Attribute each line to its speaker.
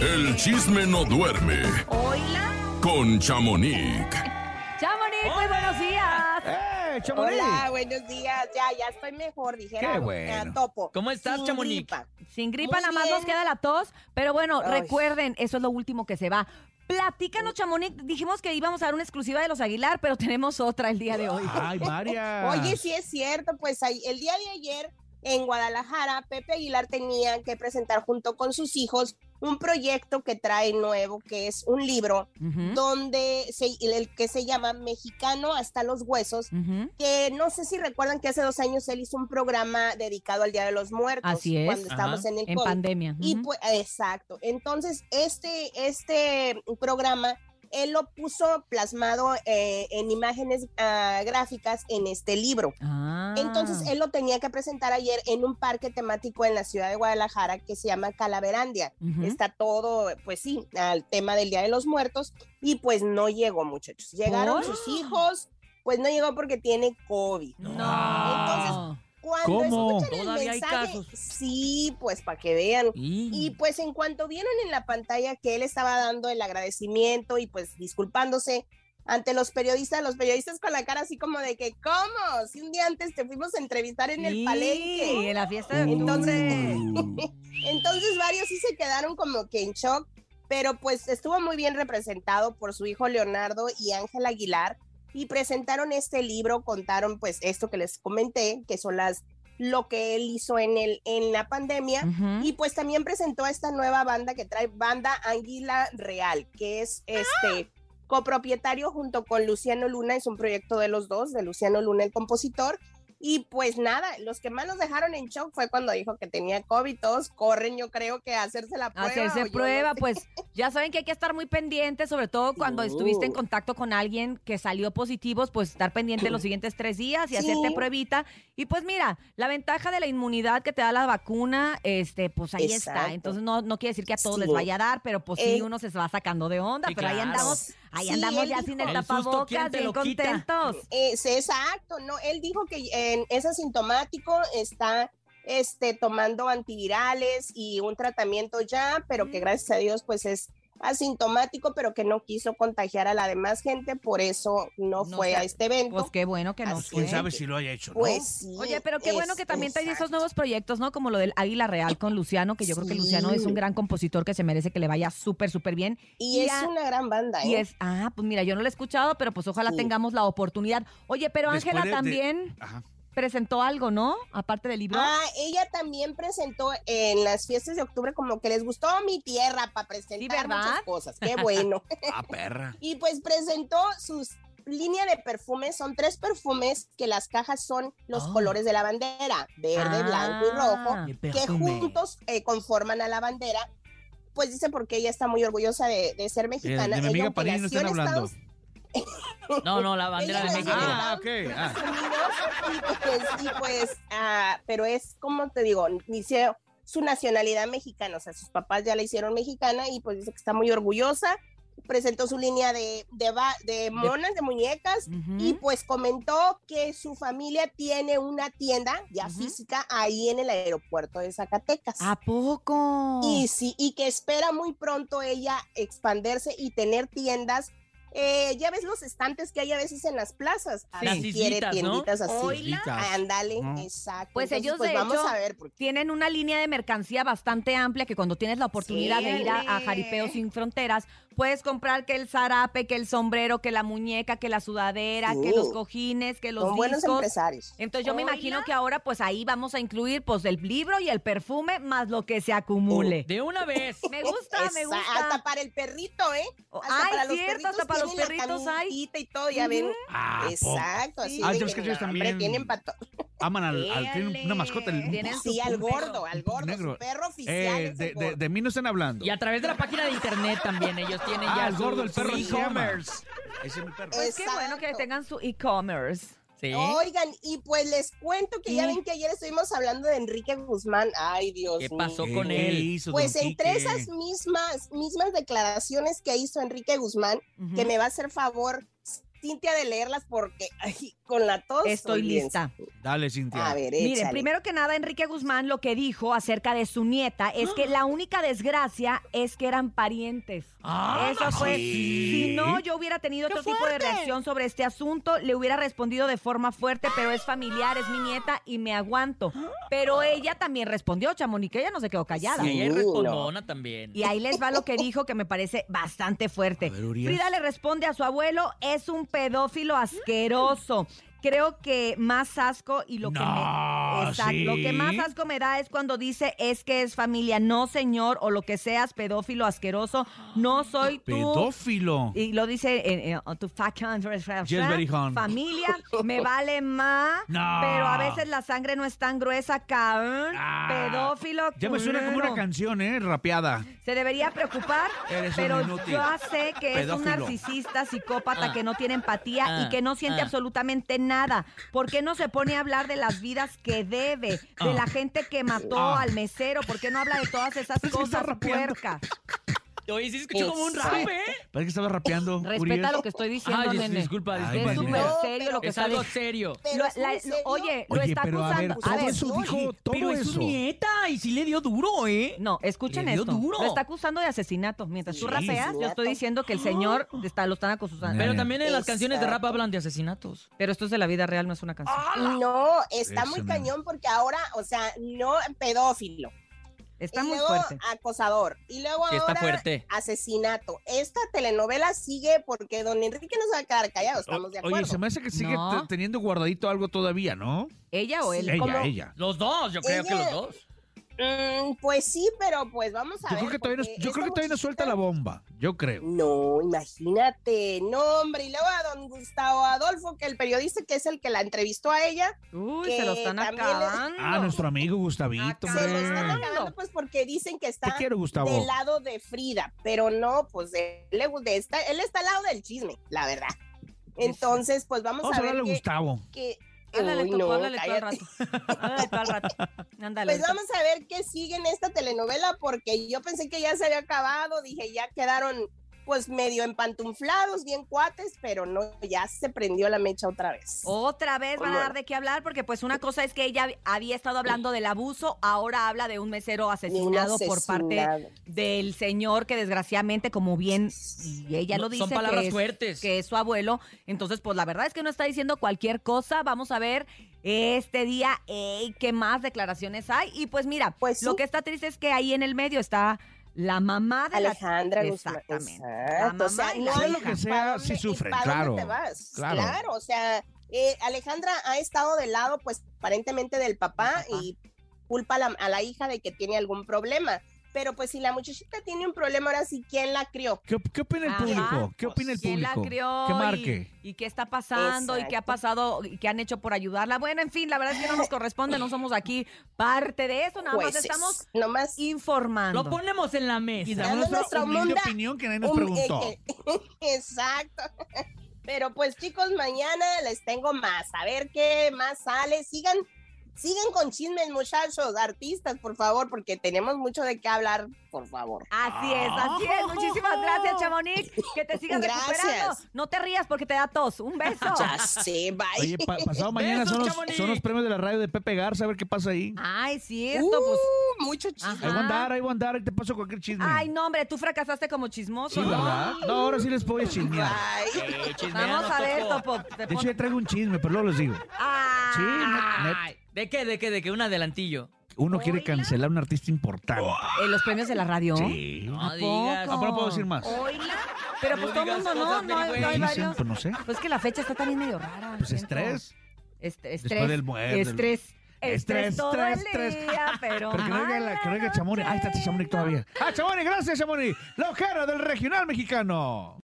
Speaker 1: El chisme no duerme
Speaker 2: Hola.
Speaker 1: con Chamonix.
Speaker 2: Chamonix, muy pues, buenos días.
Speaker 3: ¡Eh, Chamonix!
Speaker 4: Hola, Ah, buenos días. Ya, ya estoy mejor, dijera.
Speaker 3: Qué bueno.
Speaker 4: ya topo.
Speaker 5: ¿Cómo estás,
Speaker 4: Sin
Speaker 5: Chamonix?
Speaker 4: gripa.
Speaker 2: Sin gripa
Speaker 4: Muy
Speaker 2: nada más
Speaker 4: bien.
Speaker 2: nos queda la tos, pero bueno,
Speaker 4: Ay.
Speaker 2: recuerden, eso es lo último que se va. Platícanos, Chamonix, dijimos que íbamos a dar una exclusiva de los Aguilar, pero tenemos otra el día de hoy.
Speaker 3: ¡Ay, María!
Speaker 4: Oye, sí es cierto, pues ahí- el día de ayer en Guadalajara, Pepe Aguilar tenía que presentar junto con sus hijos un proyecto que trae nuevo, que es un libro
Speaker 2: Ujú,
Speaker 4: donde se, el que se llama Mexicano hasta los huesos,
Speaker 2: ujú.
Speaker 4: que no sé si recuerdan que hace dos años él hizo un programa dedicado al Día de los Muertos,
Speaker 2: Así es.
Speaker 4: cuando estábamos en el
Speaker 2: En
Speaker 4: COVID.
Speaker 2: pandemia.
Speaker 4: Y
Speaker 2: ujú.
Speaker 4: pues, exacto. Entonces, este, este programa, él lo puso plasmado eh, en imágenes ah, gráficas en este libro.
Speaker 2: Ah.
Speaker 4: Entonces, eh, él lo tenía que presentar ayer en un parque temático en la ciudad de Guadalajara que se llama Calaverandia.
Speaker 2: Ujú.
Speaker 4: Está todo, pues sí, al tema del Día de los Muertos y pues no llegó, muchachos. Llegaron
Speaker 2: ¿Por?
Speaker 4: sus hijos, pues no llegó porque tiene COVID.
Speaker 2: No.
Speaker 4: Entonces, Cuando
Speaker 3: ¿Cómo?
Speaker 4: escuchan el
Speaker 5: Todavía hay
Speaker 4: mensaje,
Speaker 5: casos.
Speaker 4: sí, pues para que vean. Y pues en cuanto vieron en la pantalla que él estaba dando el agradecimiento y pues disculpándose ante los periodistas, los periodistas con la cara así como de que, ¿cómo? Si un día antes te fuimos a entrevistar en el
Speaker 2: Sí,
Speaker 4: palenque.
Speaker 2: en la fiesta de
Speaker 4: Entonces-
Speaker 3: Uh.
Speaker 4: Entonces varios sí se quedaron como que en shock, pero pues estuvo muy bien representado por su hijo Leonardo y Ángel Aguilar y presentaron este libro, contaron pues esto que les comenté, que son las lo que él hizo en el en la pandemia.
Speaker 2: Ujú.
Speaker 4: Y pues también presentó a esta nueva banda que trae Banda Águila Real, que es este
Speaker 2: Ah.
Speaker 4: copropietario junto con Luciano Luna, es un proyecto de los dos, de Luciano Luna el compositor. Y pues nada, los que más nos dejaron en shock fue cuando dijo que tenía COVID, todos corren yo creo que a hacerse la prueba. o yo
Speaker 2: Hacerse
Speaker 4: no
Speaker 2: prueba,
Speaker 4: sé.
Speaker 2: pues ya saben que hay que estar muy pendiente, sobre todo cuando estuviste en
Speaker 4: Uh.
Speaker 2: contacto con alguien que salió positivos, pues estar pendiente los siguientes tres días y hacerte
Speaker 4: Sí.
Speaker 2: pruebita. Y pues mira, la ventaja de la inmunidad que te da la vacuna, este, pues ahí está.
Speaker 4: Exacto.
Speaker 2: Entonces no, no quiere decir que a todos
Speaker 4: Sí.
Speaker 2: les vaya a dar, pero pues sí
Speaker 4: Eh.
Speaker 2: uno se va sacando de onda,
Speaker 5: Sí,
Speaker 2: pero ahí
Speaker 5: claro.
Speaker 2: andamos, ahí
Speaker 4: Sí,
Speaker 2: andamos
Speaker 4: él
Speaker 2: ya sin el
Speaker 4: dijo-
Speaker 5: El susto,
Speaker 2: tapabocas,
Speaker 5: ¿quién te
Speaker 2: bien
Speaker 5: lo quita?
Speaker 2: contentos.
Speaker 4: Es, exacto, no, él dijo que eh, es asintomático, está este, tomando antivirales y un tratamiento ya, pero que gracias a Dios pues es asintomático, pero que no quiso contagiar a la demás gente, por eso
Speaker 2: No
Speaker 4: no, fue
Speaker 2: sé,
Speaker 4: a este evento.
Speaker 2: Pues
Speaker 4: Pues,
Speaker 2: qué bueno que no
Speaker 4: Así
Speaker 2: fue.
Speaker 6: ¿Quién sabe si lo haya hecho,
Speaker 4: Pues,
Speaker 6: no?
Speaker 4: sí.
Speaker 2: Oye, pero qué bueno
Speaker 4: es-
Speaker 2: que también traes esos
Speaker 4: exacto.
Speaker 2: nuevos proyectos, ¿no? Como lo del Águila Real con Luciano, que yo creo que Luciano es un
Speaker 4: Sí.
Speaker 2: gran compositor que se merece que le vaya súper, súper bien.
Speaker 4: Y
Speaker 2: y
Speaker 4: es
Speaker 2: a-
Speaker 4: una gran banda,
Speaker 2: Y
Speaker 4: ¿eh?
Speaker 2: es, ah, pues mira, yo no lo he escuchado, pero pues ojalá
Speaker 4: Sí.
Speaker 2: tengamos la oportunidad. Oye, pero
Speaker 6: Después
Speaker 2: Ángela
Speaker 6: de- de-
Speaker 2: también
Speaker 6: Ajá.
Speaker 2: presentó algo, ¿no? Aparte del libro.
Speaker 4: Ah, ella también presentó en las fiestas de octubre como que les gustó mi tierra para presentar
Speaker 2: ¿verdad?
Speaker 4: muchas cosas. Qué bueno.
Speaker 6: Ah, perra.
Speaker 4: Y pues presentó sus línea de perfumes, son tres perfumes que las cajas son los
Speaker 6: Ah.
Speaker 5: Oh.
Speaker 4: colores de la bandera, verde, blanco y rojo,
Speaker 2: Ah,
Speaker 4: que juntos eh, conforman a la bandera. Pues dice porque ella está muy orgullosa de, de ser
Speaker 6: Eh, de
Speaker 4: mexicana.
Speaker 6: mi
Speaker 4: Ella,
Speaker 6: amiga
Speaker 4: aunque
Speaker 6: París no
Speaker 4: nació
Speaker 6: están
Speaker 4: en Estados-
Speaker 6: hablando.
Speaker 5: No, no, la
Speaker 4: bandera
Speaker 5: bandera
Speaker 4: Ella
Speaker 5: de
Speaker 4: de
Speaker 5: México.
Speaker 4: México. nació-
Speaker 6: Ah, ok. Ah.
Speaker 4: y pues, y pues, ah, pero es como te digo, inició su nacionalidad mexicana, o sea, sus papás ya la hicieron mexicana y pues dice que está muy orgullosa. Presentó su línea de, de, ba- de monas, de muñecas,
Speaker 2: Ujú.
Speaker 4: y pues comentó que su familia tiene una tienda ya
Speaker 2: Ujú. Ah,
Speaker 4: física ahí en el aeropuerto de Zacatecas.
Speaker 2: ¿A poco?
Speaker 4: Y sí, y que espera muy pronto ella expandirse y tener tiendas. Eh, ya ves los estantes que hay a veces en las plazas.
Speaker 5: Sí.
Speaker 4: Así
Speaker 5: Las
Speaker 4: quiere
Speaker 5: sillitas, ¿no?
Speaker 4: tienditas así.
Speaker 6: Sillitas.
Speaker 4: Ándale,
Speaker 6: Ujú.
Speaker 4: exacto.
Speaker 2: Pues ellos,
Speaker 4: pues
Speaker 2: de
Speaker 4: vamos
Speaker 2: hecho,
Speaker 4: a ver porque
Speaker 2: tienen una línea de mercancía bastante amplia que cuando tienes la oportunidad de ir a, a
Speaker 4: Sí.
Speaker 2: Jaripeo Sin Fronteras, puedes comprar que el zarape, que el sombrero, que la muñeca, que la sudadera, que
Speaker 4: Sí.
Speaker 2: los cojines, que los
Speaker 4: son Oh. buenos
Speaker 2: discos.
Speaker 4: empresarios.
Speaker 2: Entonces yo me
Speaker 5: Hola.
Speaker 2: imagino que ahora pues ahí vamos a incluir pues el libro y el perfume más lo que se acumule.
Speaker 5: Ah, Oh, De una vez.
Speaker 2: Me gusta, me
Speaker 4: Esa- Hasta
Speaker 2: gusta.
Speaker 4: para el perrito, ¿eh? Hasta
Speaker 2: Ay,
Speaker 4: para los
Speaker 2: cierto,
Speaker 4: perritos
Speaker 2: hasta para los
Speaker 4: tienen la
Speaker 2: perritos hay.
Speaker 4: camisita y todo, ya ven.
Speaker 6: Ah,
Speaker 4: Exacto, así
Speaker 2: Sí.
Speaker 6: Ah,
Speaker 4: de
Speaker 6: entonces
Speaker 4: que,
Speaker 6: que ellos
Speaker 4: no, hombre,
Speaker 6: también-
Speaker 4: tienen para todo.
Speaker 6: po- Aman al, al- tienen una mascota. el-
Speaker 2: Tienen su
Speaker 4: Sí, al
Speaker 2: punto.
Speaker 4: gordo, al gordo,
Speaker 6: Negro.
Speaker 4: su perro oficial.
Speaker 6: Eh,
Speaker 4: es el
Speaker 6: de, de-
Speaker 4: gordo.
Speaker 6: de mí no están hablando.
Speaker 5: Y a través de la página de internet también. Ellos tienen ya
Speaker 6: Ah, el
Speaker 5: su-
Speaker 6: gordo, el
Speaker 5: su
Speaker 6: perro se llama.
Speaker 5: e-commerce.
Speaker 6: Ese es mi
Speaker 4: Eh,
Speaker 6: perro.
Speaker 2: Pues qué bueno que
Speaker 4: Exacto.
Speaker 2: tengan su e-commerce.
Speaker 5: Sí.
Speaker 4: Oigan, y pues les cuento que
Speaker 5: ¿Qué?
Speaker 4: ya ven que ayer estuvimos hablando de Enrique Guzmán. Ay, Dios
Speaker 5: ¿Qué
Speaker 4: mío.
Speaker 5: pasó
Speaker 6: ¿Qué
Speaker 5: con él?
Speaker 6: hizo,
Speaker 4: Pues
Speaker 6: Eh, don
Speaker 4: entre
Speaker 6: Quique?
Speaker 4: esas mismas, mismas declaraciones que hizo Enrique Guzmán,
Speaker 2: Ujú.
Speaker 4: que me va a hacer favor Cintia de leerlas porque ay, con la tos.
Speaker 2: Estoy
Speaker 4: olvídense.
Speaker 2: lista.
Speaker 6: Dale, Cintia.
Speaker 4: A ver,
Speaker 2: Miren,
Speaker 4: échale.
Speaker 2: primero que nada, Enrique Guzmán lo que dijo acerca de su nieta es que la única desgracia es que eran parientes.
Speaker 5: Ah,
Speaker 2: Eso fue.
Speaker 6: sí.
Speaker 2: Si no, yo hubiera tenido otro tipo de reacción sobre este asunto, le hubiera respondido de forma fuerte, pero es familiar, es mi nieta y me aguanto. Pero ella también respondió, Chamonix, ella no se quedó callada.
Speaker 5: Y ella es
Speaker 4: Sí,
Speaker 5: respondona también.
Speaker 2: Y ahí les va lo que dijo que me parece bastante fuerte.
Speaker 6: A ver, Urias.
Speaker 2: Frida le responde a su abuelo, es un pedófilo asqueroso. Creo que más asco y lo que
Speaker 6: No,
Speaker 2: me Exacto, lo que más
Speaker 6: sí.
Speaker 2: asco me da es cuando dice es que es familia, no señor o lo que seas, pedófilo asqueroso, no soy tú.
Speaker 6: Pedófilo.
Speaker 2: Y lo dice en, en- on tu fucking-
Speaker 6: Yes, very hon.
Speaker 2: familia, me vale más,
Speaker 6: No.
Speaker 2: pero a veces la sangre no es tan gruesa, cabrón.
Speaker 6: Ah.
Speaker 2: pedófilo.
Speaker 6: Ya me suena como una
Speaker 2: culero.
Speaker 6: canción, ¿eh? Rapeada.
Speaker 2: Se debería preocupar,
Speaker 6: Eres un
Speaker 2: pero
Speaker 6: inútil.
Speaker 2: yo sé que es un
Speaker 6: Pedófilo.
Speaker 2: narcisista, psicópata,
Speaker 5: Ah.
Speaker 2: que no tiene empatía
Speaker 5: Ah.
Speaker 2: y que no siente
Speaker 5: Ah.
Speaker 2: absolutamente nada. ¿Por qué no se pone a hablar de las vidas que debe? De
Speaker 6: Ah.
Speaker 2: la gente que mató
Speaker 6: Ah.
Speaker 2: al mesero. ¿Por qué no habla de todas esas
Speaker 6: que está
Speaker 2: cosas
Speaker 6: rapeando.
Speaker 2: puercas?
Speaker 5: Oye, sí se escuchó como un rap, ¿eh?
Speaker 6: Parece que estaba rapeando.
Speaker 2: Respeta
Speaker 6: Urias.
Speaker 2: lo que estoy diciendo,
Speaker 5: Ay, dis-
Speaker 2: nene.
Speaker 5: disculpa,
Speaker 6: Ay,
Speaker 5: disculpa.
Speaker 2: es
Speaker 6: nene.
Speaker 2: súper
Speaker 5: disculpa.
Speaker 4: No,
Speaker 2: serio lo que
Speaker 5: Es
Speaker 2: está
Speaker 5: algo
Speaker 2: de-
Speaker 5: serio.
Speaker 4: Pero
Speaker 2: Lo-
Speaker 4: es muy
Speaker 2: la- lo-
Speaker 4: serio.
Speaker 2: Oye, lo
Speaker 6: Oye,
Speaker 2: está
Speaker 6: pero a ver,
Speaker 2: acusando.
Speaker 4: a
Speaker 6: todo
Speaker 4: ver,
Speaker 6: eso
Speaker 4: no,
Speaker 6: dijo, todo
Speaker 5: Pero es su
Speaker 6: eso.
Speaker 5: nieta y sí le dio duro, ¿eh?
Speaker 2: No, escuchen
Speaker 5: Le dio
Speaker 2: esto.
Speaker 5: duro.
Speaker 2: Lo está acusando de asesinato. Mientras tú
Speaker 6: Sí.
Speaker 2: rapeas, yo estoy diciendo que el señor está, lo están acusando.
Speaker 5: Pero
Speaker 6: Eh.
Speaker 5: también en las canciones de rap
Speaker 4: Exacto.
Speaker 5: hablan de asesinatos.
Speaker 2: Pero esto es de la vida real, no es una canción.
Speaker 4: No, está
Speaker 6: Ese
Speaker 4: muy
Speaker 6: mismo.
Speaker 4: cañón porque ahora, o sea, no pedófilo.
Speaker 2: Está
Speaker 4: Ah, y
Speaker 2: muy
Speaker 4: luego
Speaker 2: fuerte.
Speaker 4: acosador. Y luego
Speaker 5: Sí, está
Speaker 4: ahora
Speaker 5: fuerte.
Speaker 4: asesinato. Esta telenovela sigue porque don Enrique no se va a quedar callado, estamos de
Speaker 6: O- Oye,
Speaker 4: acuerdo.
Speaker 6: se me hace que sigue
Speaker 5: No.
Speaker 6: te- teniendo guardadito algo todavía, ¿no?
Speaker 2: ¿Ella o él?
Speaker 4: Sí,
Speaker 6: Ella,
Speaker 4: como-
Speaker 6: ella.
Speaker 5: Los dos, yo creo que
Speaker 4: Ella-
Speaker 5: los dos.
Speaker 4: Mm, pues sí, pero pues vamos
Speaker 6: Yo
Speaker 4: a ver.
Speaker 6: creo que todavía no,
Speaker 4: porque
Speaker 6: yo creo que
Speaker 4: esta
Speaker 6: todavía no suelta la
Speaker 4: muchachita-
Speaker 6: bomba. Yo creo.
Speaker 4: No, imagínate, no hombre, y luego a don Gustavo Adolfo, que el periodista que es el que la entrevistó a ella,
Speaker 2: Uy,
Speaker 4: que
Speaker 2: se lo están
Speaker 4: también
Speaker 2: acabando.
Speaker 6: Ah, nuestro amigo Gustavito,
Speaker 2: Acá.
Speaker 4: se lo están
Speaker 6: hombre.
Speaker 4: acabando pues porque dicen que
Speaker 6: Te
Speaker 4: está
Speaker 6: quiero, Gustavo.
Speaker 4: del lado de Frida, pero no, pues de, le- de esta- él está al lado del chisme, la verdad. Entonces, pues vamos,
Speaker 6: Vamos a
Speaker 4: a ver
Speaker 6: hablarle a
Speaker 4: qué-
Speaker 6: Gustavo.
Speaker 4: que-
Speaker 2: Háblale
Speaker 4: Uy,
Speaker 2: tú,
Speaker 4: no,
Speaker 2: háblale tú al
Speaker 4: cállate.
Speaker 2: rato. Háblale tú al rato. Ándale. ahorita.
Speaker 4: Pues vamos a ver qué sigue en esta telenovela, porque yo pensé que ya se había acabado, dije, ya quedaron pues medio empantunflados, bien cuates, pero no, ya se prendió la mecha otra vez.
Speaker 2: Otra vez van a
Speaker 4: Bueno.
Speaker 2: dar de qué hablar porque pues una cosa es que ella había estado hablando del abuso, ahora habla de un mesero
Speaker 4: Ni un
Speaker 2: asesinado por parte
Speaker 4: asesinado.
Speaker 2: del señor que desgraciamente como bien y ella
Speaker 5: No,
Speaker 2: lo dice
Speaker 5: Son palabras
Speaker 2: que es
Speaker 5: fuertes.
Speaker 2: que es su abuelo. Entonces, pues la verdad es que no está diciendo cualquier cosa. Vamos a ver este día ey, qué más declaraciones hay. Y pues mira,
Speaker 4: Pues
Speaker 2: lo
Speaker 4: sí.
Speaker 2: que está triste es que ahí en el medio está la mamá de
Speaker 4: Alejandra
Speaker 2: la...
Speaker 4: Guzmán.
Speaker 2: Exactamente. La
Speaker 4: Exacto,
Speaker 2: mamá
Speaker 4: o sea,
Speaker 2: y
Speaker 4: no
Speaker 2: la
Speaker 4: hay
Speaker 6: Sea
Speaker 2: hija.
Speaker 6: lo que
Speaker 4: ¿Para
Speaker 6: sea, sí
Speaker 4: dónde-
Speaker 6: sufren,
Speaker 4: para
Speaker 6: claro.
Speaker 4: dónde te vas?
Speaker 6: claro.
Speaker 4: Claro. o sea, eh, Alejandra ha estado del lado, pues, aparentemente del papá,
Speaker 2: Del papá.
Speaker 4: y culpa a la, a la hija de que tiene algún problema. Pero pues si la muchachita tiene un problema, ahora sí, ¿quién la crió?
Speaker 6: ¿Qué, op- qué opina el
Speaker 2: Ajá.
Speaker 6: público? ¿Qué opina el
Speaker 2: ¿Quién la
Speaker 6: público?
Speaker 2: crió?
Speaker 6: Que
Speaker 2: y-
Speaker 6: marque.
Speaker 2: Y, qué está pasando? ¿Y qué ha
Speaker 4: Exacto.
Speaker 2: pasado? ¿Y qué han hecho por ayudarla? Bueno, en fin, la verdad es que no nos corresponde, no somos aquí parte de eso, nada más
Speaker 4: Jueces.
Speaker 2: estamos
Speaker 4: Pues, Nomás
Speaker 2: informando.
Speaker 5: Lo ponemos en la
Speaker 6: Y
Speaker 5: mesa.
Speaker 4: da-
Speaker 6: damos nuestra
Speaker 4: nuestra
Speaker 6: humilde
Speaker 4: humunda-
Speaker 6: opinión que nadie nos
Speaker 4: Un- eh,
Speaker 6: preguntó.
Speaker 4: que- exacto. Pero pues chicos, mañana les tengo más. A ver qué más sale. Sigan, sigan con chismes, muchachos, artistas, por favor, porque tenemos mucho de qué hablar, por favor.
Speaker 2: Así es, así es. Muchísimas gracias, Chamonix. Que te sigas
Speaker 4: Ah. Gracias.
Speaker 2: recuperando. No te rías porque te da tos. Un beso.
Speaker 4: Ya sé, bye.
Speaker 6: Oye, pa- pasado mañana son los,
Speaker 5: Chamonix.
Speaker 6: son los premios de la radio de Pepe Garza, a ver qué pasa ahí.
Speaker 2: Ay, cierto, pues.
Speaker 4: Uh, mucho chisme.
Speaker 6: Ahí voy a
Speaker 2: Ajá.
Speaker 6: andar, ahí voy a andar, ahí te paso cualquier chisme.
Speaker 2: Ay, no, hombre, tú fracasaste como
Speaker 6: Sí,
Speaker 2: chismoso, ¿no?
Speaker 6: ¿verdad? No, ahora sí les puedo chismear.
Speaker 4: Bye.
Speaker 5: Eh, chismeanos,
Speaker 2: Vamos a ver,
Speaker 5: Topo.
Speaker 2: Topo. te
Speaker 6: De hecho,
Speaker 2: pon-
Speaker 6: ya traigo un chisme, pero luego les digo.
Speaker 2: Ah.
Speaker 6: Sí, net- net-
Speaker 5: Ay, ¿De qué? ¿De qué? ¿De qué? Un adelantillo.
Speaker 6: uno quiere cancelar a un artista importante.
Speaker 2: Eh, los premios de la radio.
Speaker 6: Sí.
Speaker 5: No
Speaker 2: ¿A
Speaker 5: digas.
Speaker 2: poco?
Speaker 6: Ah, pero no puedo decir más.
Speaker 2: Oíla. Pero pues
Speaker 5: No
Speaker 2: todo el
Speaker 5: digas
Speaker 2: mundo no,
Speaker 5: cosas,
Speaker 2: no, hay-
Speaker 5: Mary
Speaker 2: no hay
Speaker 5: Jane.
Speaker 2: varios.
Speaker 6: Dicen, pues no sé.
Speaker 2: Pues que la fecha está también medio rara.
Speaker 6: Pues
Speaker 2: siento.
Speaker 6: estrés.
Speaker 2: Este- estrés.
Speaker 6: Después del muerto.
Speaker 2: Estrés.
Speaker 6: Estrés,
Speaker 2: Estrés, todo
Speaker 6: estrés,
Speaker 2: el
Speaker 6: estrés.
Speaker 2: día, pero.
Speaker 6: Porque no llega, la, que no llega Chamonix. Ahí está Chamonix todavía. ¡Ah, Chamonix! ¡Gracias, Chamonix! ¡La ojera del regional mexicano!